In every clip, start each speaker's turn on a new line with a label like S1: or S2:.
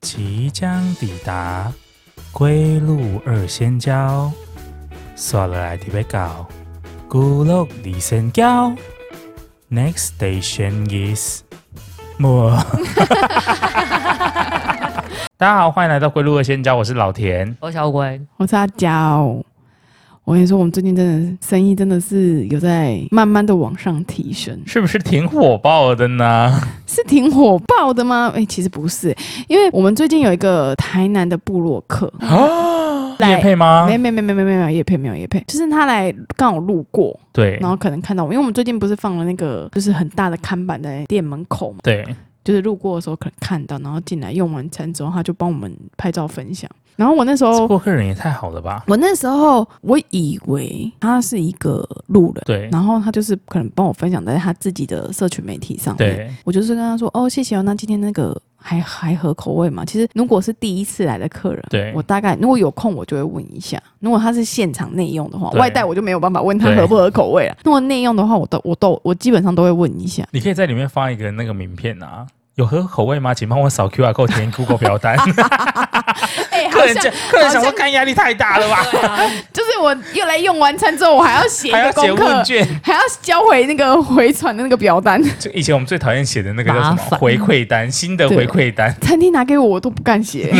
S1: 即将抵达归路二仙交，刷了来特别高，孤路二仙交。Next station is 莫。大家好，欢迎来到归路二仙交，我是老田。
S2: 我小龟，
S3: 我是阿娇。我跟你说，我们最近真的生意真的是有在慢慢的往上提升，
S1: 是不是挺火爆的呢？
S3: 是挺火爆的吗？哎、其实不是，因为我们最近有一个台南的部落客，
S1: 啊，叶
S3: 来
S1: 配吗
S3: 没？没没没没没没有叶配没有叶配，就是他来刚好路过，
S1: 对
S3: 然后可能看到我，因为我们最近不是放了那个就是很大的看板在店门口嘛，
S1: 对，
S3: 就是路过的时候可能看到，然后进来用完餐之后，他就帮我们拍照分享，然后我那时
S1: 这
S3: 候。
S1: 过客人也太好了吧？
S3: 我那时候我以为他是一个路人，
S1: 对
S3: 然后他就是可能帮我分享在他自己的社群媒体上面。，
S1: 对，
S3: 我就是跟他说：“哦，谢谢哦，那今天那个还还合口味吗？”其实如果是第一次来的客人，
S1: 对
S3: 我大概如果有空我就会问一下。如果他是现场内用的话，
S1: 对
S3: 外带我就没有办法问他
S1: 对
S3: 合不合口味了。如果内用的话，我都我都我基本上都会问一下。
S1: 你可以在里面放一个那个名片啊，有合口味吗？请帮我扫 QR code 填 Google 表 单。
S3: 哎、好
S1: 客人
S3: 像
S1: 这客人想
S3: 好
S1: 说，
S3: 像
S1: 看压力太大了吧？
S3: 啊就是我又来用完餐之后，我还要写一
S1: 还要
S3: 个
S1: 写
S3: 功
S1: 问
S3: 课，
S1: 卷。
S3: 还要交回那个回传的那个表单。
S1: 就以前我们最讨厌写的那个叫什
S2: 麻
S1: 么
S2: 烦
S1: 回馈单，新的
S3: 对
S1: 回馈单，
S3: 餐厅拿给我，我都不敢写。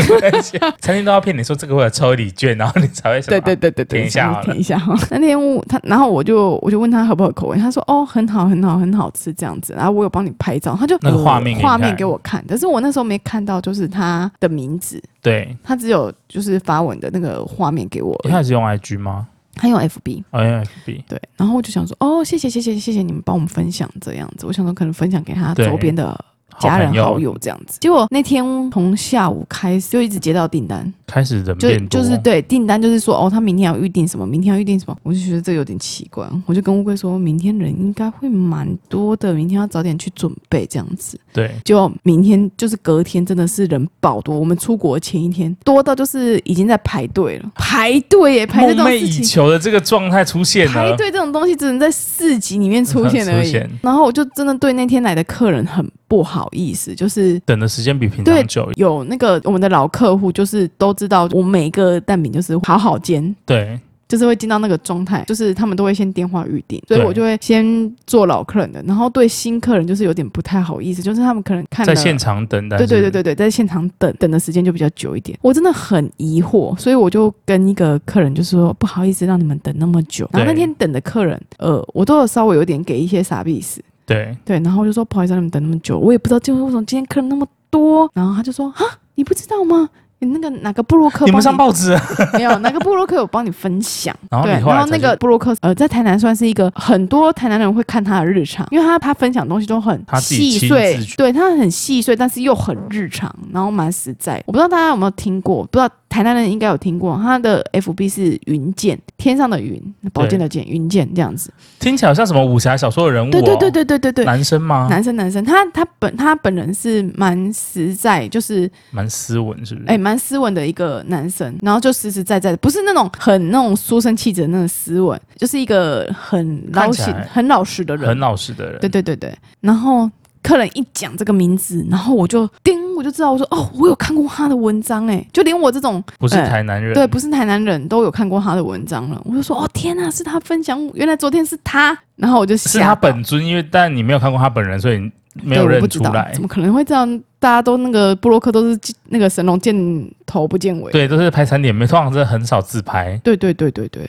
S1: 餐厅都要骗你说这个会有抽礼券，然后你才会想啊
S3: 对对对对对，
S1: 填一下好了
S3: 停一下 哈。那天我他，然后我就我就问他合不合口味，他说哦，很好，很好，很好吃这样子。然后我有帮你拍照，他就
S1: 那个画面给你看
S3: 画面给我看，但是我那时候没看到，就是他的名字，
S1: 对，哦
S3: 他只有就是发文的那个画面给我
S1: 一，开始用 IG 吗？
S3: 他用 FB。
S1: 哦，用 FB。
S3: 对，然后我就想说，哦，谢谢谢谢谢谢你们帮我们分享这样子，我想说可能分享给他
S1: 对
S3: 周边的
S1: 好
S3: 家人
S1: 朋友
S3: 好友这样子。结果那天从下午开始就一直接到订单，
S1: 开始人
S3: 就
S1: 嗯变多，
S3: 就是对订单，就是说哦，他明天要预定什么，明天要预定什么，我就觉得这有点奇怪，我就跟乌龟说，明天人应该会蛮多的，明天要早点去准备这样子。
S1: 对
S3: 结果明天就是隔天，真的是人爆多，我们出国前一天多到就是已经在排队了，排队耶，排队
S1: 梦
S3: 这种
S1: 寐
S3: 事
S1: 以
S3: 情。
S1: 求的这个状态出现
S3: 排
S1: 了。
S3: 队这种东西只能在市集里面出现而
S1: 出
S3: 已
S1: 现，
S3: 然后我就真的对那天来的客人很不好意思，就是
S1: 等的时间比平
S3: 对
S1: 常久，
S3: 有那个我们的老客户，就是都知道我每一个蛋饼就是好好煎，
S1: 对
S3: 就是会进到那个状态，就是他们都会先电话预定，所
S1: 对
S3: 以我就会先做老客人的，然后对新客人就是有点不太好意思，就是他们可能看
S1: 在
S3: 了
S1: 现场等待，
S3: 对对对对对，在现场等等的时间就比较久一点，我真的很疑惑，所以我就跟一个客人就说不好意思让你们等那么久，然后那
S1: 对
S3: 天等的客人，呃，我都有稍微有点给一些傻逼死，
S1: 对
S3: 对，然后我就说不好意思让你们等那么久，我也不知道今天为什么今天客人那么多，然后他就说啊你不知道吗？你那个哪个布洛克
S1: 你
S3: 帮
S1: 们上报纸啊，
S3: 没有，那个布洛克有帮你分享。
S1: 然后
S3: 对
S1: 你，后来
S3: 然后
S1: 才
S3: 那个布洛克，呃，在台南算是一个很多台南人会看他的日常，因为他他分享的东西都很
S1: 他自己
S3: 细
S1: 亲
S3: 碎
S1: 自去，
S3: 对他很细碎，但是又很日常，然后蛮实在。我不知道大家有没有听过，不知道台南人应该有听过，他的 FB 是云剑，天上的云，宝剑的剑，云剑这样子。
S1: 听起来好像什么武侠小说的人物、哦，
S3: 对对对对对对对。
S1: 男生吗？
S3: 男生，男生，他他本他本人是蛮实在，就是
S1: 蛮斯文是不是？
S3: 哎，蛮斯文的一个男生，然后就实实在在的，不是那种很那种书生气质的那种斯文，就是一个很
S1: 看
S3: 老
S1: 起
S3: 实
S1: 来、
S3: 很老实的人。
S1: 很老实的人，
S3: 对对对对。然后客人一讲这个名字，然后我就叮，我就知道，我说哦，我有看过他的文章，哎，就连我这种
S1: 不是
S3: 哎
S1: 台南人，
S3: 对不是台南人都有看过他的文章了。我就说哦，天呐，是他分享，原来昨天是他，然后我就吓
S1: 是他
S3: 到
S1: 本尊，因为但你没有看过他本人，所以你没有
S3: 对我
S1: 认
S3: 不知
S1: 出
S3: 道
S1: 来
S3: 怎。么可能会这样？大家都那个布洛克都是那个神龙见头不见尾。
S1: 对，都是拍餐点，没通常真的很少自拍。
S3: 对对对对对。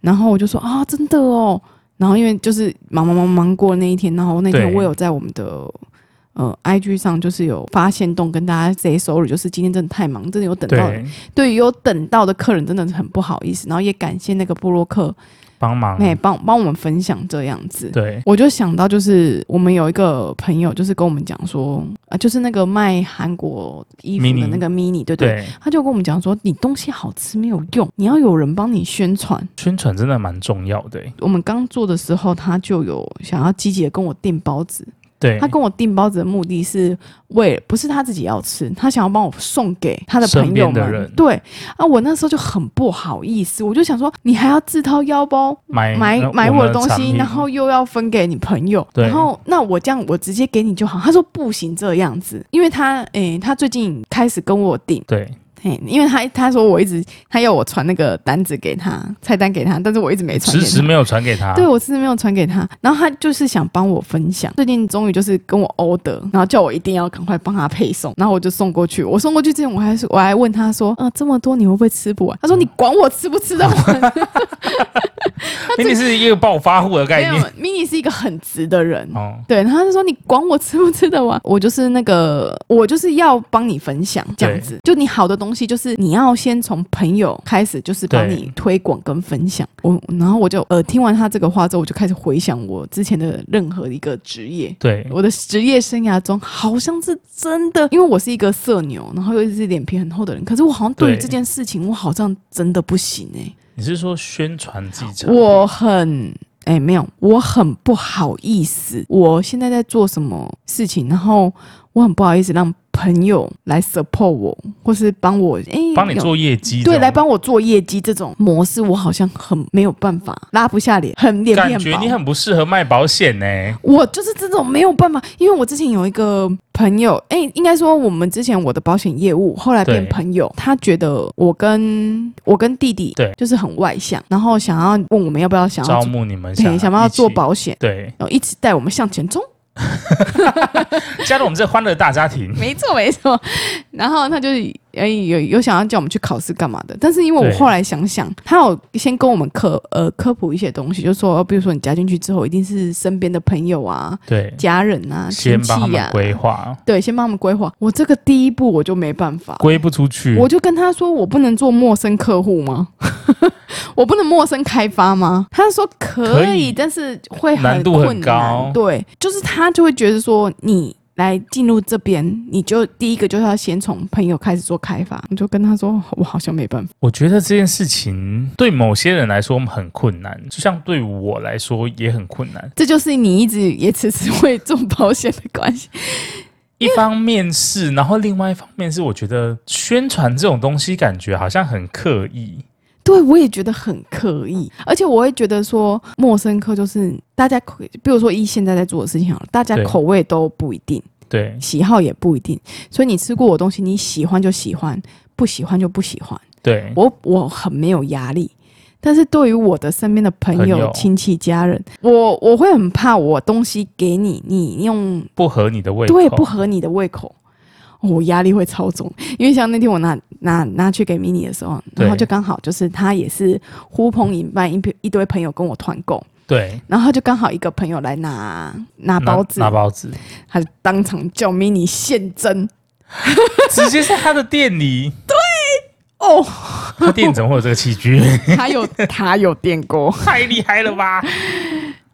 S3: 然后我就说啊，真的哦。然后因为就是忙忙忙忙过那一天，然后那天
S1: 对
S3: 我有在我们的呃 IG 上就是有发现动跟大家 say sorry，就是今天真的太忙，真的有等到，
S1: 对，
S3: 对于有等到的客人真的很不好意思，然后也感谢那个布洛克，
S1: 帮忙。
S3: 哎、帮帮我们分享这样子。
S1: 对，
S3: 我就想到，就是我们有一个朋友，就是跟我们讲说，啊，就是那个卖韩国衣服
S1: Mini
S3: 的那个 mini，对对，
S1: 对，
S3: 他就跟我们讲说，你东西好吃没有用，你要有人帮你宣传。
S1: 宣传真的蛮重要的欸。
S3: 我们刚做的时候，他就有想要积极的跟我订包子，
S1: 对，
S3: 他跟我订包子的目的是为了不是他自己要吃，他想要帮我送给他的朋友
S1: 身边的
S3: 们
S1: 人。
S3: 对啊，我那时候就很不好意思，我就想说，你还要自掏腰包
S1: 买
S3: 买
S1: 哎那
S3: 买
S1: 我
S3: 我
S1: 们
S3: 的东
S1: 产
S3: 西，
S1: 品
S3: 然后又要分给你朋友，
S1: 对
S3: 然后那我这样我直接给你就好。他说不行这样子，因为他诶、他最近开始跟我订，
S1: 对
S3: 嘿，因为他他说我一直他要我传那个单子给他菜单给他，但是我一直没传
S1: 迟
S3: 给
S1: 迟
S3: 他。
S1: 没有传给他，
S3: 对，我是没有传给他，然后他就是想帮我分享。最近终于就是跟我 order，然后叫我一定要赶快帮他配送，然后我就送过去。我送过去之前，我还是我还问他说：“啊、这么多你会不会吃不完？”他说：“你管我吃不吃得完。
S1: 那你是一个暴发户的”
S3: 没
S1: 概
S3: 有
S1: 念
S3: ，mini 是一个很直的人。
S1: 哦，
S3: 对，然后他就说你管我吃不吃得完，我就是那个，我就是要帮你分享这样子。就你好的东西，就是你要先从朋友开始，就是帮
S1: 对
S3: 你推广跟分享。我然后我就呃听完他这个话之后，我就开始回想我之前的任何一个职业。
S1: 对
S3: 我的职业生涯中，好像是真的，因为我是一个色牛，然后又是脸皮很厚的人。可是我好像对于
S1: 对
S3: 这件事情，我好像真的不行哎、
S1: 你是说宣传技巧？
S3: 我很哎、没有，我很不好意思。我现在在做什么事情，然后我很不好意思让朋友来 support 我，或是帮我哎，
S1: 帮你
S3: 有
S1: 做业绩这
S3: 对
S1: 种，
S3: 来帮我做业绩这种模式，我好像很没有办法，拉不下脸，很脸皮
S1: 感
S3: 很
S1: 觉
S3: 薄。
S1: 你很不适合卖保险呢、
S3: 我就是这种没有办法，因为我之前有一个朋友，哎、应该说我们之前我的保险业务后来变
S1: 对
S3: 朋友，他觉得我跟我跟弟弟
S1: 对
S3: 就是很外向，然后想要问我们要不要想要
S1: 招募你们
S3: 对，
S1: 想
S3: 想办法
S1: 一起
S3: 做，保险，
S1: 对，
S3: 然后一起带我们向前冲。
S1: 加入我们这欢乐大家庭。
S3: 没 错，没错。然后他就哎有有想要叫我们去考试干嘛的，但是因为我
S1: 对
S3: 后来想想，他有先跟我们科呃科普一些东西，就说哦比如说你加进去之后，一定是身边的朋友啊、
S1: 对，
S3: 家人啊、亲
S1: 先帮他
S3: 戚
S1: 们
S3: 呀、
S1: 规划，
S3: 对，先帮他们规划。我这个第一步我就没办法，
S1: 规不出去。
S3: 我就跟他说，我不能做陌生客户吗？ 我不能陌生开发吗？他说可以，
S1: 可以
S3: 但是会很
S1: 难度很
S3: 困难
S1: 高
S3: 对，就是他就会觉得说你。来进入这边，你就第一个就是要先从朋友开始做开发。你就跟他说，我好像没办法。
S1: 我觉得这件事情对某些人来说很困难，就像对我来说也很困难。
S3: 这就是你一直也迟迟会做保险的关系。
S1: 一方面是，然后另外一方面是，我觉得宣传这种东西感觉好像很刻意。
S3: 对，我也觉得很刻意，而且我会觉得说，陌生客就是大家口，比如说一现在在做的事情好了，大家
S1: 对
S3: 口味都不一定，
S1: 对
S3: 喜好也不一定，所以你吃过我东西，你喜欢就喜欢，不喜欢就不喜欢。
S1: 对，
S3: 我我很没有压力，但是对于我的身边的朋
S1: 朋
S3: 友
S1: 友、
S3: 亲戚、家人，我我会很怕我东西给你，你用
S1: 不合你的胃口。
S3: 对不合你的胃口。哦我压力会超重，因为像那天我拿拿拿去给 mini 的时候，
S1: 对
S3: 然后就刚好就是他也是呼朋引伴一批一堆朋友跟我团购，
S1: 对，
S3: 然后就刚好一个朋友来拿拿包子
S1: 拿，拿包子，
S3: 他当场叫 mini 现蒸，
S1: 直接在他的店里。
S3: 哦，
S1: 他店怎么会有这个器具？
S3: 他有他有电锅，
S1: 太厉害了吧！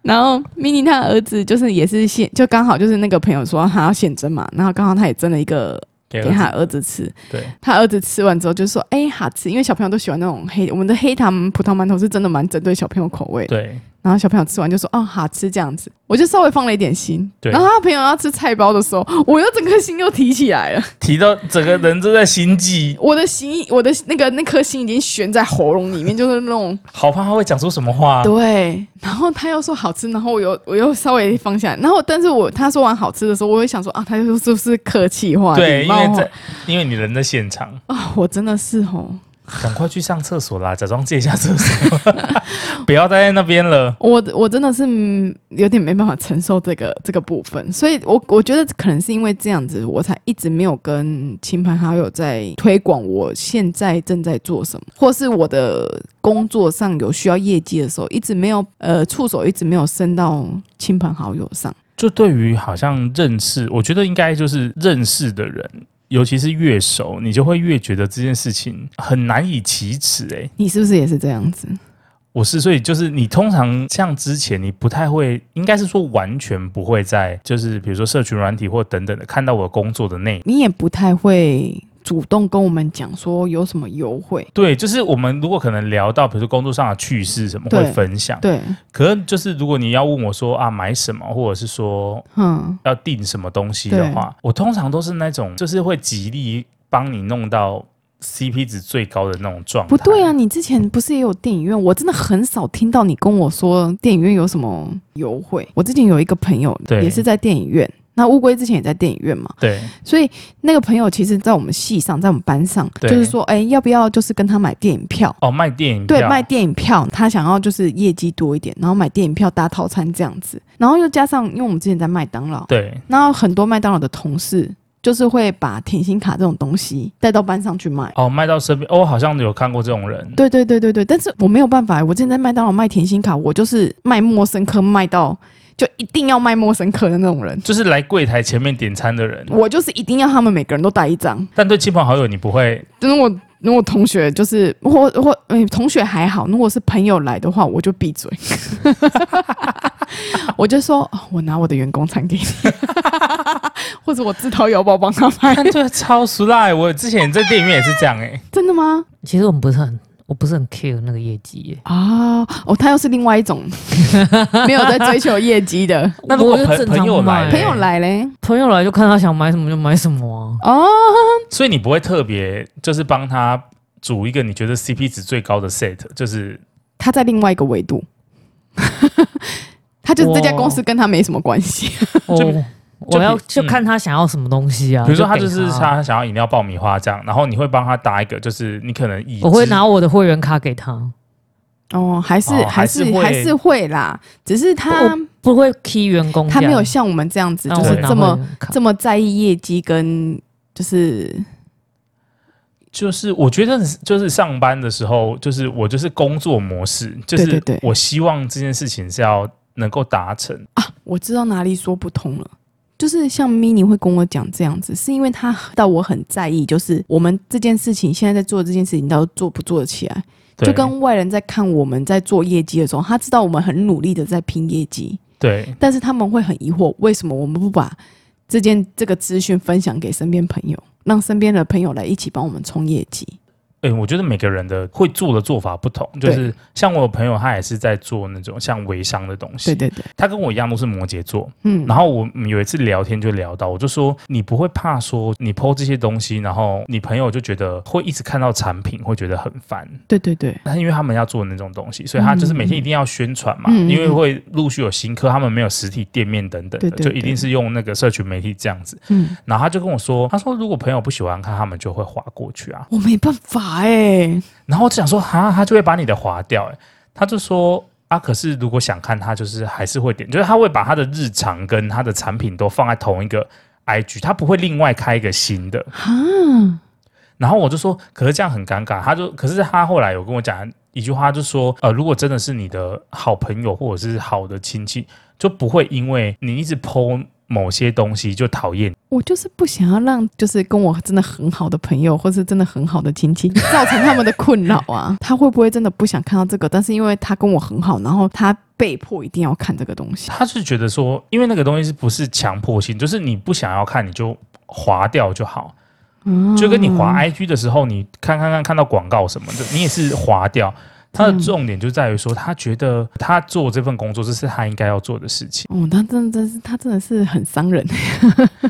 S3: 然后 mini 他儿子就是也是现，就刚好就是那个朋友说他要现蒸嘛，然后刚好他也蒸了一个
S1: 给
S3: 给
S1: 儿
S3: 他
S1: 子
S3: 儿子吃，
S1: 对
S3: 他儿子吃完之后就说：“哎、好吃！”因为小朋友都喜欢那种黑，我们的黑糖葡萄馒头是真的蛮针对小朋友口味的。
S1: 对
S3: 然后小朋友吃完就说：“哦，好吃！”这样子，我就稍微放了一点心。
S1: 对
S3: 然后他朋友要吃菜包的时候，我又整颗心又提起来了，
S1: 提到整个人都在心悸，
S3: 我的心，我的那个那颗心已经悬在喉咙里面，就是那种
S1: 好怕他会讲出什么话。
S3: 对，然后他又说好吃，然后我又我又稍微放下来，然后但是我他说完好吃的时候，我会想说啊，他又说是不是客气话？
S1: 对，因
S3: 礼貌
S1: 为
S3: 话
S1: 在因为你人在现 场，
S3: 啊，我真的是哦，
S1: 赶快去上厕所啦，假装借一下厕所， 不要待在那边了。
S3: 我我真的是嗯有点没办法承受这个这个部分，所以我我觉得可能是因为这样子，我才一直没有跟亲朋好友在推广我现在正在做什么，或是我的工作上有需要业绩的时候，一直没有呃触手一直没有伸到亲朋好友上。
S1: 就对于好像认识，我觉得应该就是认识的人。尤其是越熟，你就会越觉得这件事情很难以启齿、欸。哎，
S3: 你是不是也是这样子？
S1: 我是所以就是你通常像之前你不太会，应该是说完全不会在就是比如说社群软体或等等的看到我工作的内容
S3: 你也不太会主动跟我们讲说有什么优惠。
S1: 对，就是我们如果可能聊到，比如说工作上的趣事什么
S3: 对
S1: 会分享，
S3: 对，
S1: 可是就是如果你要问我说啊买什么，或者是说
S3: 嗯，
S1: 要订什么东西的话，我通常都是那种就是会极力帮你弄到 CP 值最高的那种状态。
S3: 不对啊，，你之前不是也有电影院？我真的很少听到你跟我说电影院有什么优惠。我之前有一个朋友
S1: 对
S3: 也是在电影院，那乌龟之前也在电影院嘛，
S1: 对
S3: 所以那个朋友其实，在我们系上，在我们班上，就
S1: 对
S3: 是说，哎、要不要就是跟他买电影票？
S1: 哦，卖电影票
S3: 对，卖电影票，他想要就是业绩多一点，然后买电影票搭套餐这样子，然后又加上，因为我们之前在麦当劳，
S1: 对
S3: 然后很多麦当劳的同事就是会把甜心卡这种东西带到班上去卖。
S1: 哦，卖到身边哦，我好像有看过这种人。
S3: 对对对对对，但是我没有办法，我之前在麦当劳卖甜心卡，我就是卖莫森科卖到就一定要卖莫森科的那种人，
S1: 就是来柜台前面点餐的人，
S3: 我就是一定要他们每个人都带一张。
S1: 但对亲朋好友你不会
S3: 但是我如果同学就是或或诶、同学还好，如果是朋友来的话，我就闭嘴， 我就说哦我拿我的员工餐给你， 或者我自掏腰包帮他买。
S1: 看这个超俗辣欸！ 我之前在电影院也是这样哎、
S3: 真的吗？
S2: 其实我们不是很，我不是很 care 那个业绩耶。
S3: 啊、哦，他又是另外一种没有在追求业绩的
S1: 那如果
S2: 我就
S1: 朋
S2: 正常
S1: 朋友来
S2: 买
S3: 朋友来嘞。
S2: 朋友来就看他想买什么就买什么啊。
S3: 哦，
S1: 所以你不会特别就是帮他组一个你觉得 CP 值最高的 set，就是
S3: 他在另外一个维度， 他就是这家
S2: 哇
S3: 公司跟他没什么关系。
S2: 我
S1: 就
S2: 我要
S1: 就
S2: 就看他想要什么东西啊。
S1: 比如说他
S2: 给
S1: 就是
S2: 他，
S1: 他想要饮料爆米花这样，然后你会帮他搭一个，就是你可能以
S2: 我会
S1: 之
S2: 拿我的会员卡给他，
S3: 哦，还是、
S1: 哦
S3: 还
S1: 还是
S3: 是
S1: 会
S3: 还是会啦，只是他
S2: 我不会 key 员工价。
S3: 他没有像我们这样子，
S2: 那
S3: 就
S2: 我会
S3: 是
S2: 拿
S3: 这么
S2: 会员卡
S3: 这么在意业绩跟就是
S1: 就是我觉得就是上班的时候，就是我就是工作模式，就
S3: 对
S1: 是
S3: 对对
S1: 我希望这件事情是要能够达成。
S3: 我知道哪里说不通了。就是像 mini 会跟我讲这样子，是因为他到我很在意，就是我们这件事情现在在做这件事情，到底做不做得起来，
S1: 对
S3: 就跟外人在看我们在做业绩的时候，他知道我们很努力的在拼业绩，
S1: 对
S3: 但是他们会很疑惑，为什么我们不把这件这个资讯分享给身边朋友，让身边的朋友来一起帮我们冲业绩？
S1: 哎、我觉得每个人的会做的做法不同，就
S3: 对
S1: 是像我有朋友，他也是在做那种像微商的东西，
S3: 对对对，
S1: 他跟我一样都是摩羯座。
S3: 嗯，
S1: 然后我们有一次聊天就聊到，我就说你不会怕说你 PO 这些东西，然后你朋友就觉得会一直看到产品，会觉得很烦。
S3: 对对对，
S1: 那因为他们要做那种东西，所以他就是每天一定要宣传嘛，
S3: 嗯嗯嗯嗯
S1: 因为会陆续有新客，他们没有实体店面等等的，
S3: 对对对
S1: 就一定是用那个社群媒体这样子。
S3: 嗯。
S1: 然后他就跟我说，他说如果朋友不喜欢看，他们就会划过去啊。
S3: 我没办法哎、
S1: 然后我就想说，哈，他就会把你的划掉、欸。他就说啊，可是如果想看，他就是还是会点，就是他会把他的日常跟他的产品都放在同一个 IG，他不会另外开一个新的。
S3: 哈，
S1: 然后我就说，可是这样很尴尬。他就，可是他后来有跟我讲一句话，就说，呃，如果真的是你的好朋友或者是好的亲戚，就不会因为你一直剖某些东西就讨厌你。
S3: 我就是不想要让，就是跟我真的很好的朋友，或是真的很好的亲戚，造成他们的困扰 啊。他会不会真的不想看到这个？但是因为他跟我很好，然后他被迫一定要看这个东西。
S1: 他是觉得说，因为那个东西是不是强迫性，就是你不想要看你就划掉就好。就跟你滑 IG 的时候，你看看看看到广告什么的，你也是滑掉。他的重点就在于说，他觉得他做这份工作，这是他应该要做的事情。
S3: 哦，他真的真是，他真的是很伤人。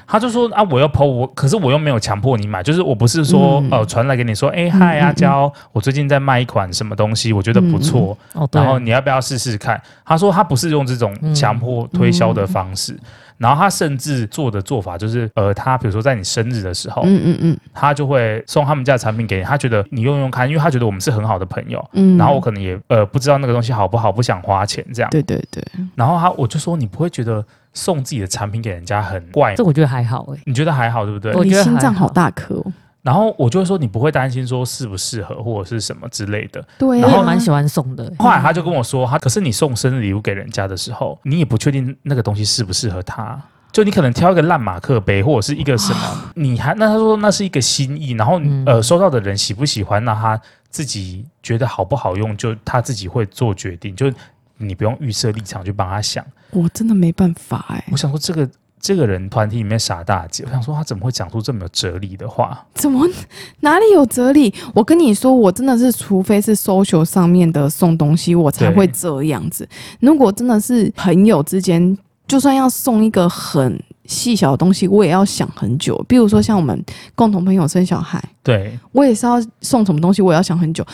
S1: 他就说啊，我要 PO 我，可是我又没有强迫你买，就是我不是说、
S3: 嗯
S1: 呃传来给你说，哎、嗨阿娇，我最近在卖一款什么东西，我觉得不错，
S2: 哦，对
S1: 然后你要不要试试看？他说他不是用这种强迫推销的方式，然后他甚至做的做法就是，呃，他比如说在你生日的时候，
S3: 嗯嗯嗯
S1: 他就会送他们家的产品给你，他觉得你用用看，因为他觉得我们是很好的朋友。
S3: 嗯。
S1: 然后我可能也呃不知道那个东西好不好，不想花钱这样。
S3: 对对对，
S1: 然后他我就说你不会觉得送自己的产品给人家很怪吗
S2: 这？我觉得还好哎。
S1: 你觉得还好对不对？
S2: 我
S3: 你
S2: 觉得还
S3: 心脏好
S2: 好
S3: 大颗哦。
S1: 然后我就会说你不会担心说适不适合或者是什么之类的。
S3: 对
S2: 我
S3: 啊
S1: 然
S2: 也
S1: 后
S2: 蛮喜欢送的欸，
S1: 后来他就跟我说，他可是你送生日礼物给人家的时候，你也不确定那个东西适不适合他。就你可能挑一个烂马克杯或者是一个什么，你还那他说那是一个心意，然后、
S2: 嗯
S1: 呃收到的人喜不喜欢，那他自己觉得好不好用，就他自己会做决定，就你不用预设立场去帮他想。
S3: 我真的没办法哎、
S1: 我想说这个这个人团体里面傻大姐，我想说他怎么会讲出这么有哲理的话？
S3: 怎么哪里有哲理？我跟你说，我真的是，除非是 social 上面的送东西，我才
S1: 对
S3: 会这样子。如果真的是朋友之间，就算要送一个很细小的东西，我也要想很久。比如说像我们共同朋友生小孩，
S1: 对，
S3: 我也是要送什么东西，我也要想很久。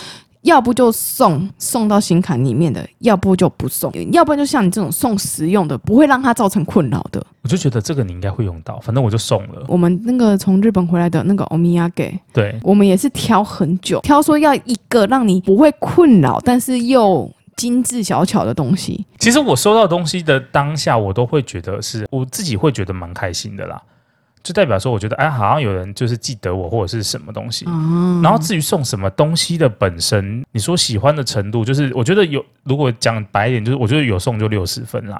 S3: 要不就送送到心坎里面的，要不就不送，要不然就像你这种送实用的，不会让他造成困扰的。
S1: 我就觉得这个你应该会用到，反正我就送了。
S3: 我们那个从日本回来的那个欧米亚给，
S1: 对，
S3: 我们也是挑很久，挑说要一个让你不会困扰，但是又精致小巧的东西。
S1: 其实我收到东西的当下，我都会觉得是我自己会觉得蛮开心的啦，就代表说我觉得哎，好像有人就是记得我或者是什么东西。
S3: 嗯
S1: 然后至于送什么东西的本身，你说喜欢的程度，就是我觉得有，如果讲白一点，就是我觉得有送就六十分啦。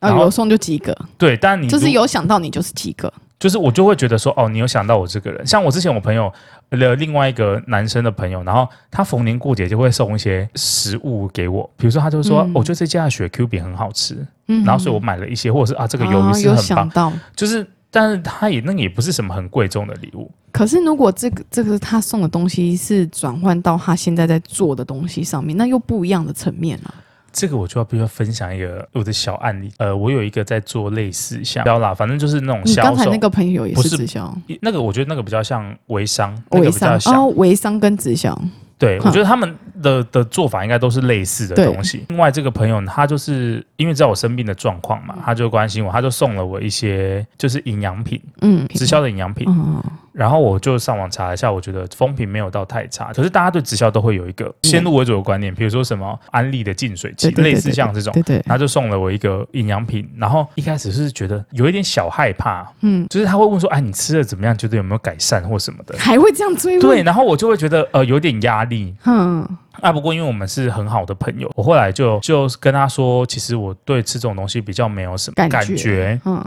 S3: 啊，
S1: 然后
S3: 有送就几个，
S1: 对，但你
S3: 就
S1: 如
S3: 是有想到你就是几个。
S1: 就是我就会觉得说，哦，你有想到我这个人。像我之前我朋友的另外一个男生的朋友，然后他逢年过节就会送一些食物给我，比如说他就说，哦
S3: 嗯
S1: 我觉得这家的雪 Q 饼很好吃，
S3: 嗯
S1: 然后所以我买了一些，或者是啊这
S3: 这
S1: 个鱿鱼丝
S3: 嗯有
S1: 很棒
S3: 想，到。
S1: 就是但是他也那个也不是什么很贵重的礼物，
S3: 可是如果这个这个他送的东西是转换到他现在在做的东西上面，那又不一样的层面了、啊
S1: 这个我就要必须要分享一个我的小案例。呃，我有一个在做类似像销啦，反正就是那种
S3: 你
S1: 销售。
S3: 刚才那个朋友也
S1: 不是
S3: 是直销，
S1: 那个我觉得那个比较像微商，那
S3: 微
S1: 个比较
S3: 商
S1: 像。
S3: 哦，微商跟直销，
S1: 对，我
S3: 哼
S1: 觉得他们的的做法应该都是类似的
S3: 对
S1: 东西。另外，这个朋友他就是因为知道我生病的状况嘛，他就关心我，他就送了我一些就是营养品，
S3: 嗯，
S1: 直销的营养品。
S3: 嗯，
S1: 然后我就上网查一下，我觉得风评没有到太差。可是大家对直销都会有一个先入为主的观念，比如说什么安利的净水器，
S3: 嗯对对对
S1: 类似像这种。
S3: 对对，
S1: 他就送了我一个营养品，然后一开始是觉得有一点小害怕，
S3: 嗯，
S1: 就是他会问说：“哎，你吃了怎么样？觉得有没有改善或什么的
S3: 还会这样追？”问，
S1: 对，，然后我就会觉得呃有点压力，
S3: 嗯，
S1: 啊，不过因为我们是很好的朋友，我后来就就跟他说，其实我对吃这种东西比较没有什么
S3: 感
S1: 感
S3: 觉嗯，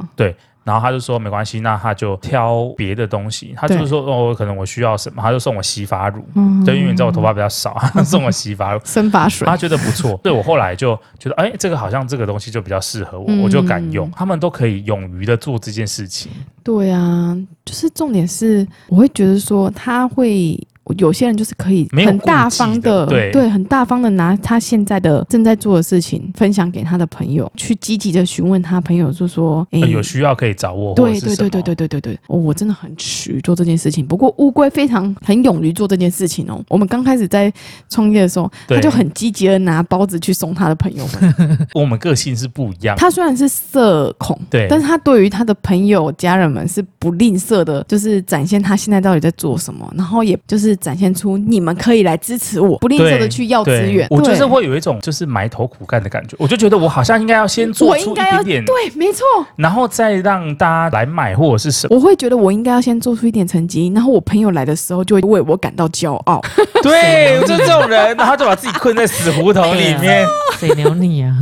S1: 然后他就说没关系，那他就挑别的东西。他就
S3: 对
S1: 是说哦，可能我需要什么，他就送我洗发乳。
S3: 嗯
S1: 对，因为你知道我头发比较少， 他送我洗 发乳，
S3: 生发水
S1: 他觉得不错。对我后来就觉得，哎，这个好像这个东西就比较适合我，
S3: 嗯
S1: 我就敢用。他们都可以勇于的做这件事情。
S3: 对啊，就是重点是，我会觉得说他会。有些人就是可以
S1: 没有
S3: 很大
S1: 顾忌
S3: 方
S1: 的
S3: 的，
S1: 对
S3: 很大方的拿他现在的正在做的事情分享给他的朋友，去积极的询问他朋友，就说，哎、
S1: 呃有需要可以找我，或者
S3: 对
S1: 是
S3: 对
S1: 什么
S3: 对对对对对对，哦，我真的很耻于做这件事情。不过乌龟非常很勇于做这件事情哦。我们刚开始在创业的时候，
S1: 对
S3: 他就很积极的拿包子去送他的朋 友们。
S1: 我们个性是不一样的。
S3: 他虽然是社恐，
S1: 对，
S3: 但是他对于他的朋友、家人们是不吝啬的，就是展现他现在到底在做什么，然后也就是展现出你们可以来支持我，不吝啬的
S1: 对
S3: 去要资
S1: 对
S3: 源。
S1: 我就是
S3: 对
S1: 会有一种就是埋头苦干的感觉，我就觉得我好像应该要先做
S3: 我
S1: 出
S3: 应
S1: 一
S3: 该要
S1: 点点，
S3: 对，没错，
S1: 然后再让大家来买或者是什么。
S3: 我会觉得我应该要先做出一点成绩，然后我朋友来的时候就会为我感到骄 傲。
S1: 对，我就是这种人，然后就把自己困在死胡同里面，
S2: 谁鸟你啊？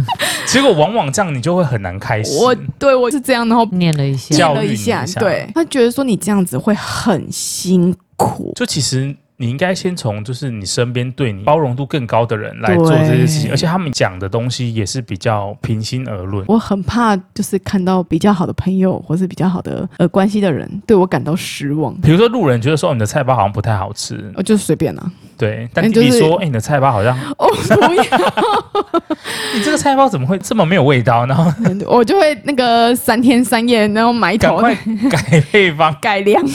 S1: 结果往往这样你就会很难开始。
S3: 我对我是这样，然后
S2: 念了一 下，
S1: 教
S3: 念了
S1: 育
S3: 一
S1: 你
S3: 下
S1: 一，下
S3: 对他觉得说你这样子会很辛苦。
S1: 就其实。你应该先从就是你身边对你包容度更高的人来做这些事情，
S3: 对
S1: 而且他们讲的东西也是比较平心而论。
S3: 我很怕，就是看到比较好的朋友或是比较好的呃关系的人对我感到失望，哦
S1: 比如说路人觉得说哦你的菜包好像不太好吃，
S3: 我就随便啦、
S1: 对，但
S3: 嗯
S1: 弟弟
S3: 就是
S1: 说哎你的菜包好像
S3: 哦，不要，
S1: 你这个菜包怎么会这么没有味道？然后
S3: 我就会那个三天三夜，然后埋
S1: 赶
S3: 头
S1: 快改配方。
S3: 改良。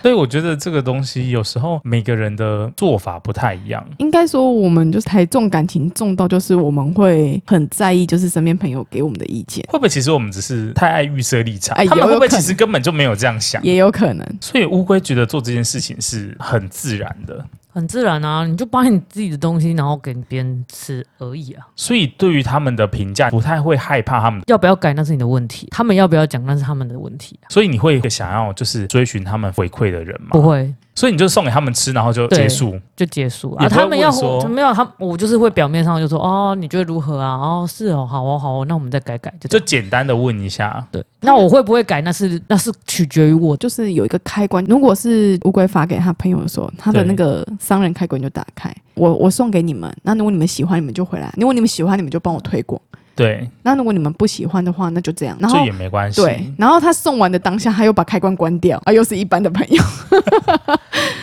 S1: 所以我觉得这个东西有时候每个人的做法不太一样。
S3: 应该说，我们就是还重感情重到，就是我们会很在意，就是身边朋友给我们的意见，
S1: 会不会其实我们只是太爱预设立场？
S3: 哎
S1: 他们
S3: 有
S1: 会不会
S3: 有可
S1: 其
S3: 能
S1: 实根本就没有这样想？
S3: 也有可能。
S1: 所以乌龟觉得做这件事情是很自然的。
S2: 很自然啊，你就把你自己的东西，然后给别人吃而已啊。
S1: 所以对于他们的评价，不太会害怕他们。
S2: 要不要改那是你的问题，他们要不要讲那是他们的问题啊、
S1: 所以你会想要就是追寻他们回馈的人吗？
S2: 不，会
S1: 所以你就送给他们吃，然后就
S2: 对
S1: 结束。
S2: 就结束
S1: 也
S2: 啊。
S1: 不会
S2: 他们要
S1: 问说
S2: 没有他，我就是会表面上就说哦，你觉得如何啊？哦，是哦，好哦，好哦，那我们再改改，就
S1: 就
S2: 这样
S1: 简单的问一下，
S2: 对。那我会不会改，那是那是取决于我。
S3: 就是有一个开关，如果是乌龟发给他朋友的时候，他的
S1: 对
S3: 那个商人开关就打开。我我送给你们，那如果你们喜欢，你们就回来；如果你们喜欢，你们就帮我推广。
S1: 对，
S3: 那如果你们不喜欢的话，那就这样。然
S1: 这
S3: 后
S1: 也没关系。
S3: 对，然后他送完的当下，他又把开关关掉啊，又是一般的朋友，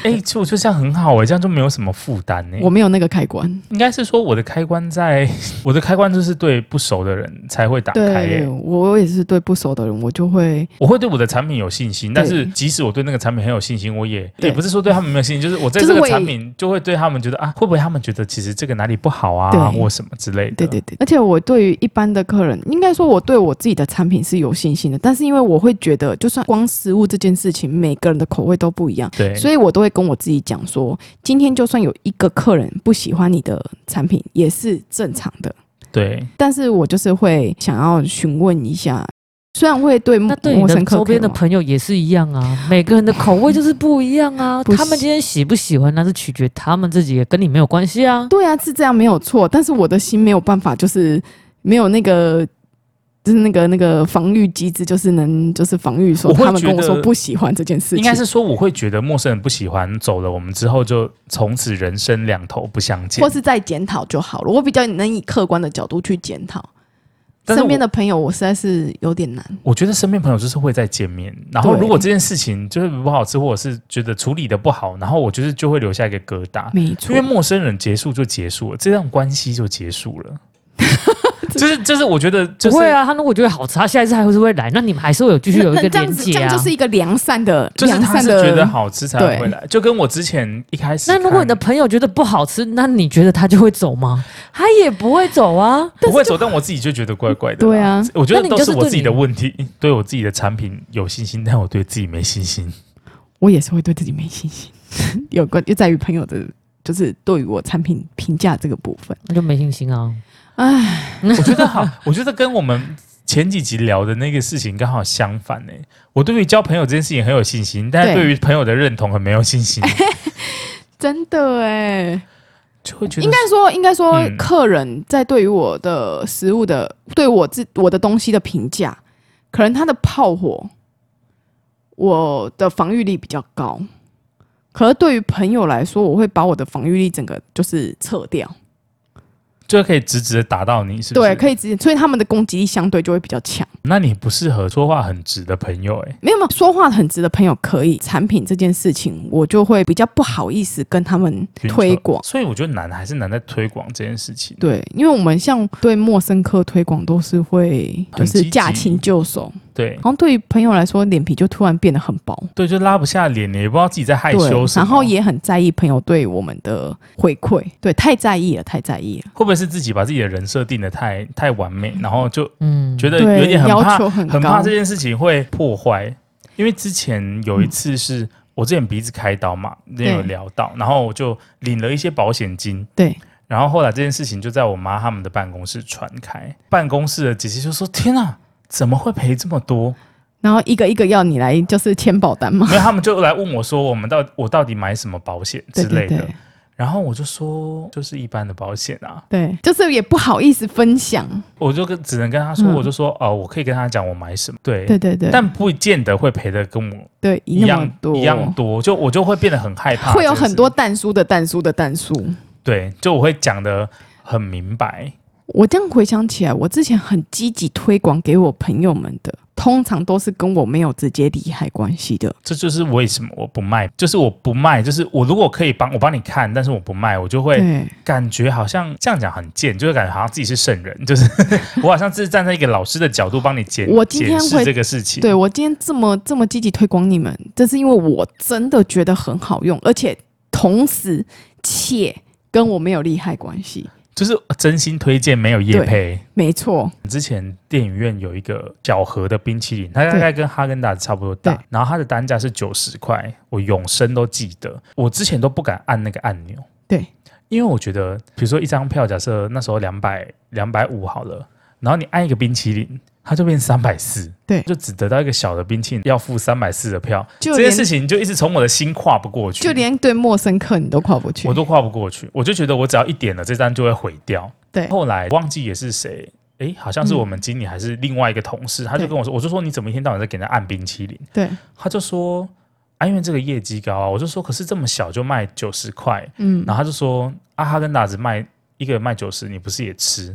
S1: 哎、其实我觉得这样很好哎、这样就没有什么负担呢。
S3: 我没有那个开关。
S1: 应该是说我的开关在， 我的开关就是对不熟的人才会打开耶、
S3: 对，我也是对不熟的人，我就会
S1: 我会对我的产品有信心，但是
S3: 对
S1: 即使我对那个产品很有信心，我也
S3: 对
S1: 也不是说对他们没有信心，就是我在
S3: 就
S1: 这
S3: 是
S1: 个
S3: 我也
S1: 产品就会对他们觉得啊，会不会他们觉得其实这个哪里不好
S3: 对
S1: 啊，或什么之类的。
S3: 对对对，而且我对于一般的客人，应该说我对我自己的产品是有信心的，但是因为我会觉得，就算光食物这件事情，每个人的口味都不一样，
S1: 对，
S3: 所以我都会跟我自己讲说，今天就算有一个客人不喜欢你的产品，也是正常的。
S1: 对
S3: 但是我就是会想要询问一下，虽然会对
S2: 那对你
S3: 陌
S2: 的
S3: 生客
S2: 周边的
S3: 客人啊
S2: 朋友也是一样啊，每个人的口味就是不一样啊。
S3: 不
S2: 他们
S3: 是
S2: 今天喜不喜欢，那是取决他们自己，也跟你没有关系啊。
S3: 对啊，是这样没有错，但是我的心没有办法，就是没有那个。就是那个那个防御机制，就是能就是防御说
S1: 我会
S3: 他们
S1: 觉
S3: 跟我说
S1: 得
S3: 不喜欢这件事情，
S1: 应该是说我会觉得陌生人不喜欢走了，我们之后就从此人生两头不相见
S3: 或。是再检讨就好了。我比较能以客观的角度去检讨
S1: 但是
S3: 身
S1: 我
S3: 边的朋友，我实在是有点难。
S1: 我觉得身边朋友就是会再见面，然后
S3: 对
S1: 如果这件事情就是不好吃，或者是觉得处理的不好，然后我就是就会留下一个疙瘩。
S3: 没
S1: 因
S3: 错
S1: 为陌生人结束就结束了，这段关系就结束 了。就是就是，我觉得就
S2: 不
S1: 是
S2: 会啊，他如果觉得好吃，他下一次还是会来，那你们还是会有继续有一
S3: 那
S2: 个
S3: 那这样
S2: 连
S3: 子，
S2: 接
S3: 这样
S2: 啊
S3: 就。是一个良善的，
S1: 就是
S3: 良
S1: 他
S3: 善
S1: 是
S3: 的。
S1: 觉得好吃才
S3: 对
S1: 会来，就跟我之前一开始
S2: 那
S1: 看。
S2: 如果你的朋友觉得不好吃，那你觉得他就会走吗？他也不会走啊。
S1: 不会走，但我自己就觉得怪怪的。
S3: 对啊，
S1: 我觉
S2: 那
S1: 得
S2: 你
S1: 都
S2: 就是是
S1: 我
S2: 对
S1: 自己
S2: 你
S1: 的问题，对我自己的产品有信心，但我对自己没信 心。
S3: 我也是会对自己没信心， 有关就在于朋友的，就是对于我产品评价这个部分。
S2: 那就没信心啊。
S3: 唉，
S1: 我觉得好，我觉得跟我们前几集聊的那个事情刚好相反呢、我对于交朋友这件事情很有信心，但是
S3: 对
S1: 对于朋友的认同很没有信 心，
S3: 真的哎，
S1: 就会觉得
S3: 应该说，应该说
S1: 嗯，
S3: 客人在对于我的食物的，对我自我的东西的评价，可能他的炮火，我的防御力比较高。可是对于朋友来说，我会把我的防御力整个就是撤掉，
S1: 就可以直直的打到你，是不是？
S3: 对，可以直接，所以他们的攻击力相对就会比较强。
S1: 那你不适合说话很直的朋友、欸，
S3: 没有没有，说话很直的朋友可以，产品这件事情我就会比较不好意思跟他们
S1: 哎，
S3: 推广。
S1: 所以我觉得难还是难在推广这件事情。
S3: 对，因为我们像对陌生客推广都是会就
S1: 很积
S3: 是
S1: 极
S3: 驾轻就熟，
S1: 对
S3: 好像对于朋友来说，脸皮就突然变得很薄，
S1: 对，就拉不下脸，你也不知道自己在害
S3: 对
S1: 羞，什么，
S3: 然后也很在意朋友对我们的回馈，对，太在意了，太在意了，
S1: 会不会是自己把自己的人设定的太太完美，然后就
S2: 嗯，
S1: 觉得有
S3: 对，
S1: 点很
S3: 要
S1: 怕
S3: 求很
S1: 很
S3: 高
S1: 怕这，件事情会破坏，因为之前有一次是、我之前鼻子开刀嘛，之前有
S3: 嗯对
S1: 聊到，然后我就领了一些保险金，
S3: 对，
S1: 然后后来这件事情就在我妈他们的办公室传开，办公室的姐姐就说：“天啊，怎么会赔这么多
S3: 然后一个一个要你来就是签保 单？”嘛，
S1: 没有，他们就来问我说：“我们到我到底买什么保险之
S3: 对
S1: 类的
S3: 对？”对
S1: 然后我就说：“就是一般的保险啊。”
S3: 对，就是也不好意思分享，
S1: 我就跟只能跟他说，
S3: 嗯
S1: 我就说：“哦，我可以跟他讲我买什么。”对。
S3: 对对对，
S1: 但不见得会赔的跟我
S3: 对
S1: 一
S3: 那么
S1: 样
S3: 多
S1: 一样多，就我就会变得很害怕这件事，
S3: 会有很多蛋叔的蛋叔的蛋叔。
S1: 对，就我会讲的很明白，
S3: 我这样回想起来，我之前很积极推广给我朋友们的，通常都是跟我没有直接利害关系的。
S1: 这就是为什么我不卖，就是我不卖，就是我如果可以帮我帮你看，但是我不卖，我就会
S3: 对
S1: 感觉好像这样讲很贱，就是感觉好像自己是圣人，就是 我好像是站在一个老师的角度帮你解
S3: 我今
S1: 解
S3: 天
S1: 释
S3: 会
S1: 这个事情，
S3: 对，我今天这么这么积极推广你们，这是因为我真的觉得很好用，而且同时且跟我没有利害关系。
S1: 就是真心推荐，没有业
S3: 对
S1: 配。
S3: 没错，
S1: 之前电影院有一个小盒的冰淇淋，它大概跟哈根达斯差不多大
S3: 对，
S1: 然后它的单价是九十块，我永生都记得。我之前都不敢按那个按钮，
S3: 对，
S1: 因为我觉得，比如说一张票，假设那时候两百两百五好了，然后你按一个冰淇淋，它就变三百四，
S3: 对
S1: 就只得到一个小的冰淇淋，要付三百四的票，
S3: 就
S1: 这件
S3: 连
S1: 事情就一直从我的心跨不过去，
S3: 就连对陌生客你都跨不去
S1: 我。都跨不过去，我就觉得我只要一点了，这单就会毁掉。
S3: 对嗯
S1: 后来忘记也是谁，诶，好像是我们经理还是另外一个同事，他就
S3: 对
S1: 跟我说，我就说你怎么一天到晚在给人家按冰淇淋？
S3: 对，
S1: 他就说，啊，因为这个业绩高啊，我就说可是这么小就卖九十块，
S3: 嗯，
S1: 然后他就说，啊，哈根达斯卖一个卖九十，你不是也吃？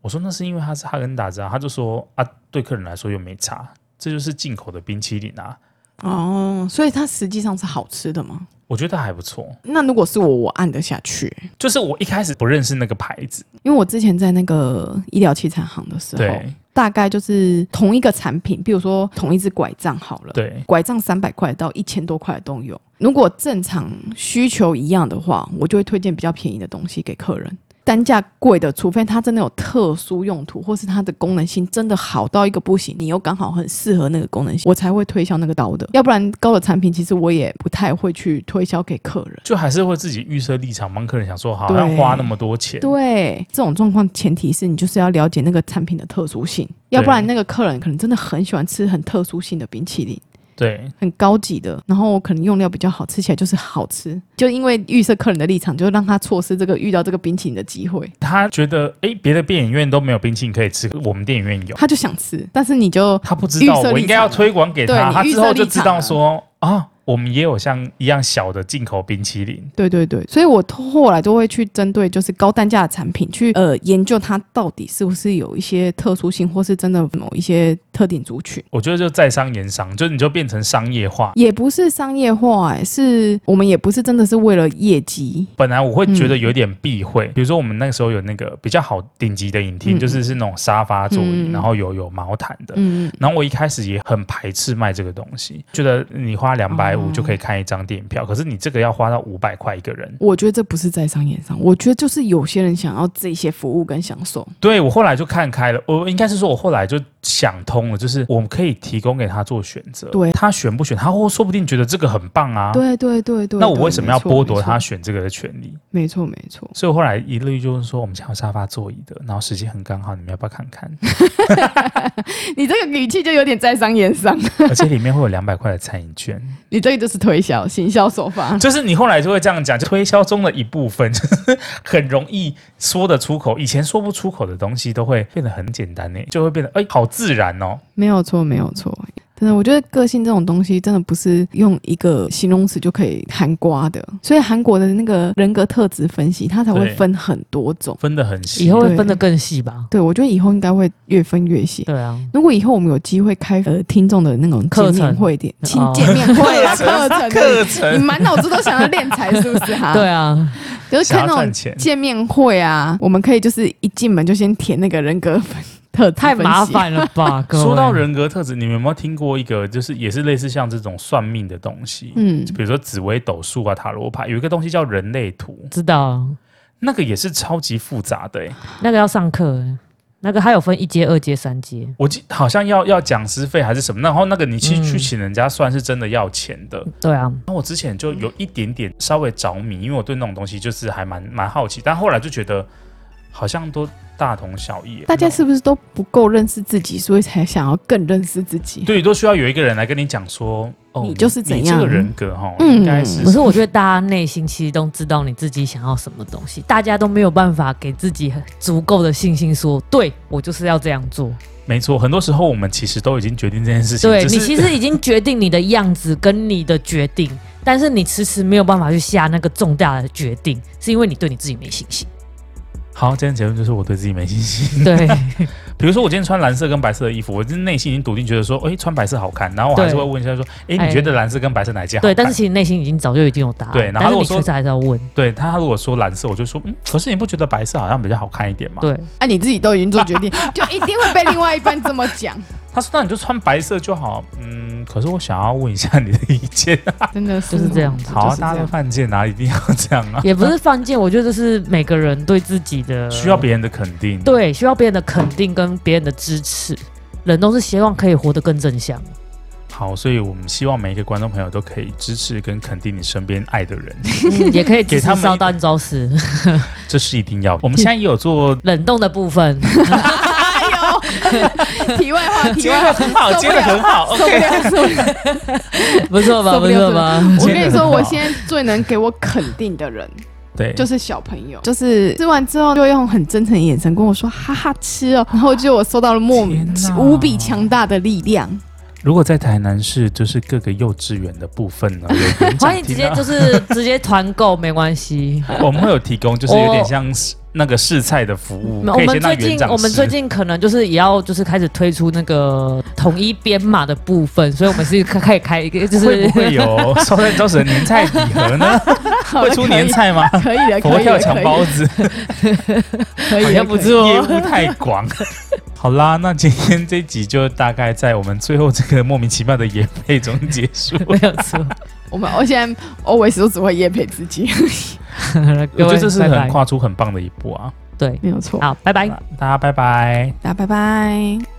S1: 我说那是因为它是哈根达斯啊，他就说啊，对客人来说又没差，这就是进口的冰淇淋啊，
S3: 哦，所以它实际上是好吃的吗？
S1: 我觉得还不错。
S3: 那如果是我，我按得下去、
S1: 就是我一开始不认识那个牌子，
S3: 因为我之前在那个医疗器材行的时候，
S1: 对
S3: 大概就是同一个产品，比如说同一只拐杖好了，
S1: 对，
S3: 拐杖三百块到一千多块的都有。如果正常需求一样的话，我就会推荐比较便宜的东西给客人。单价贵的，除非它真的有特殊用途，或是它的功能性真的好到一个不行，你又刚好很适合那个功能性，我才会推销那个刀的。要不然高的产品，其实我也不太会去推销给客人。
S1: 就还是会自己预设立场，帮客人想说，好
S3: 对
S1: 像花那么多钱，
S3: 对，这种状况前提是你就是要了解那个产品的特殊性，要不然那个客人可能真的很喜欢吃很特殊性的冰淇淋，
S1: 对
S3: 很高级的，然后可能用料比较好，吃起来就是好吃。就因为预设客人的立场，就让他错失这个遇到这个冰淇淋的机会，
S1: 他觉得，哎，别的电影院都没有冰淇淋可以吃，我们电影院有，
S3: 他就想吃，但是你就
S1: 他不知道
S3: 预设立场啊
S1: 我应该要推广给他，
S3: 对
S1: 他
S3: 你预
S1: 之
S3: 设
S1: 后就
S3: 立
S1: 知
S3: 场
S1: 道
S3: 了
S1: 说啊，我们也有像一样小的进口冰淇淋，
S3: 对对对，所以我后来都会去针对就是高单价的产品去呃研究它到底是不是有一些特殊性，或是真的某一些特定族群。
S1: 我觉得就在商言商，就你就变成商业化。
S3: 也不是商业化、欸，是我们也不是真的是为了业绩，
S1: 本来我会觉得有点避讳，比如说我们那个时候有那个比较好顶级的影厅，
S3: 嗯
S1: 就是是那种沙发座椅，
S3: 嗯
S1: 然后有有毛毯的。
S3: 嗯，
S1: 然后我一开始也很排斥卖这个东西，觉得你花两百五
S3: 哦
S1: 就可以看一张电影票，可是你这个要花到五百块一个人。
S3: 我觉得这不是在商言商，我觉得就是有些人想要这些服务跟享受，
S1: 对我后来就看开了，我应该是说我后来就想通了，就是我们可以提供给他做选择，
S3: 对
S1: 他选不选，他或说不定觉得这个很棒啊。
S3: 对对对对。
S1: 那我
S3: 对
S1: 为什么要剥夺？他
S3: 没错
S1: 选这个的权利？
S3: 没错没错，
S1: 所以我后来一律就是说，我们现在有沙发座椅的，然后时间很刚好，你们要不要看 看？
S3: 你这个语气就有点在商言 商，
S1: 而且里面会有两百块的餐饮券，
S3: 你这个就是推销行销手 法。
S1: 就是你后来就会这样讲，就推销中的一部分， 就是很容易说得出口，以前说不出口的东西都会变得很简单呢，就会变得哎、好自然哦。
S3: 没有错没有错，真的，我觉得个性这种东西真的不是用一个形容词就可以含瓜的，所以韩国的那个人格特质分析，它才会
S1: 对
S3: 分很多种。
S1: 分得很细，
S2: 以后会分得更细吧？
S3: 对，我觉得以后应该会越分越细。
S2: 对啊，
S3: 如果以后我们有机会开呃听众的那种
S2: 课
S3: 见面
S2: 程
S3: 会点，请
S2: 哦
S3: 见面会啊
S1: 课
S3: 课
S1: 程
S3: 程
S1: 课
S3: 的，
S1: 程
S3: 你满脑子都想要练财是不是哈？
S2: 对，啊，
S3: 就是
S1: 想
S3: 看
S1: 要
S3: 那
S1: 赚
S3: 种
S1: 钱，
S3: 见面会啊，我们可以就是一进门就先填那个人格分特质
S2: 太
S3: 分
S2: 麻
S3: 析。
S2: 烦了吧？ 各位
S1: 说到，人格特质，你们有没有听过一个，就是也是类似像这种算命的东西？
S3: 嗯
S1: 就比如说紫微斗数啊、塔罗牌，有一个东西叫人类图，
S2: 知道
S1: 那个也是超级复杂的、欸。
S2: 那个要上课欸，那个还有分一阶、二阶、三阶，
S1: 我记好像要要讲师费还是什么，然后那个你去、
S2: 嗯
S1: 去请人家算是真的要钱的。
S2: 对啊，
S1: 然后我之前就有一点点稍微着迷，因为我对那种东西就是还蛮蛮好奇，但后来就觉得好像都大同小异欸、
S3: 大家是不是都不够认识自己，所以才想要更认识自己？
S1: 对都需要有一个人来跟你讲说，哦，
S3: 你就是怎
S1: 你这个
S3: 样
S1: 人格哈，
S3: 嗯
S1: 应该是
S2: 可是我觉得大家内心其实都知道你自己想要什么东西，大家都没有办法给自己足够的信心说，对我就是要这样做。
S1: 没错，很多时候我们其实都已经决定这件事情，
S2: 对
S1: 只
S2: 你
S1: 是
S2: 其实已经决定你的样子跟你的决 定，但是你迟迟没有办法去下那个重大的决定，是因为你对你自己没信心。
S1: 好，今天结论就是我对自己没信心。
S2: 对
S1: 比如说我今天穿蓝色跟白色的衣服，我就是内心已经笃定觉得说，哎、穿白色好看，然后我还是会
S2: 对
S1: 问一下说，哎、
S2: 哎
S1: 你觉得蓝色跟白色哪一件好
S2: 对，
S1: 看？
S2: 但是其实内心已经早就已经有答案，
S1: 对然后
S2: 但是
S1: 如
S2: 你
S1: 果说
S2: 确实还是要问。
S1: 对他如果说蓝色，我就说，嗯，可是你不觉得白色好像比较好看一点吗？
S2: 对，
S3: 啊，你自己都已经做 决定，就一定会被另外一半这么讲，
S1: 他说那你就穿白色就好，嗯，可是我想要问一下你的意 见。
S3: 真的是
S2: 就是这样
S3: 哦
S2: 子
S1: 好、啊，
S3: 就是这
S1: 大家都
S3: 样
S1: 犯贱啊，一定要这样啊，
S2: 也不是犯贱，我觉得这是每个人对自己的
S1: 需要别人的肯定。，
S2: 对需要别人的肯定跟别人的支持。人都是希望可以活得更正向。
S1: 好，所以我们希望每一个观众朋友都可以支持跟肯定你身边爱的 人，
S2: 嗯也可以
S1: 给
S2: 只
S1: 他们
S2: 是烧蛋招式
S1: 这是一定要的。我们现在也有 做
S2: 冷冻的部 分，
S3: 哎 呦，题外话，题
S1: 接
S3: 外
S2: 啊
S1: 的
S3: 话，
S1: 很 好，
S3: 受不
S1: 接的
S3: 了
S1: 很好
S3: 受不
S1: ，OK。
S3: 了，受不了。
S2: 不错吧？
S3: 受
S2: 不
S3: 不了
S2: 错吧？
S3: 我
S1: 接
S3: 跟
S1: 得
S3: 你说，
S1: 很
S3: 我
S1: 好
S3: 现在最能给我肯定的人
S1: 对，
S3: 就是小朋友，就是吃完之后就会用很真诚的眼神跟我说“哈哈 吃哦”，然后就我受到了莫名
S1: 天哪
S3: 无比强大的力量。
S1: 如果在台南市，就是各个幼稚园的部分呢，有园长
S2: 欢迎直
S1: 厅
S2: 接
S1: 啊
S2: 就是直接团购，没关系。
S1: 我们会有提供，就是有点像那个试菜的服务，
S2: 我
S1: 可以先
S2: 们最
S1: 让园
S2: 近
S1: 长
S2: 我们
S1: 试
S2: 最近可能就是也要就是开始推出那个统一编码的部分，所以我们是可可以开一个就是
S1: 会不会有 烧菜招手的年菜礼盒呢？会出年菜 吗？
S3: 可以 的，可
S1: 佛
S3: 以
S1: 跳
S3: 的，
S1: 墙包子
S3: 可以的，可以
S2: 好
S3: 的，
S2: 像不
S3: 可以的
S2: 错哦
S1: 业务太广。 好啦，那今天这集就大概在我们最后这个莫名其妙的野配中结 束。
S2: 没有错，
S3: 我们我现在 always 都只会夜陪自己，
S1: 我
S2: 各
S1: 觉
S2: 位
S1: 得这是
S2: 拜拜
S1: 很跨出很棒的一步啊！
S2: 对，
S3: 没有错。
S2: 好，拜拜。
S1: 那大家拜拜。
S3: 大家拜拜。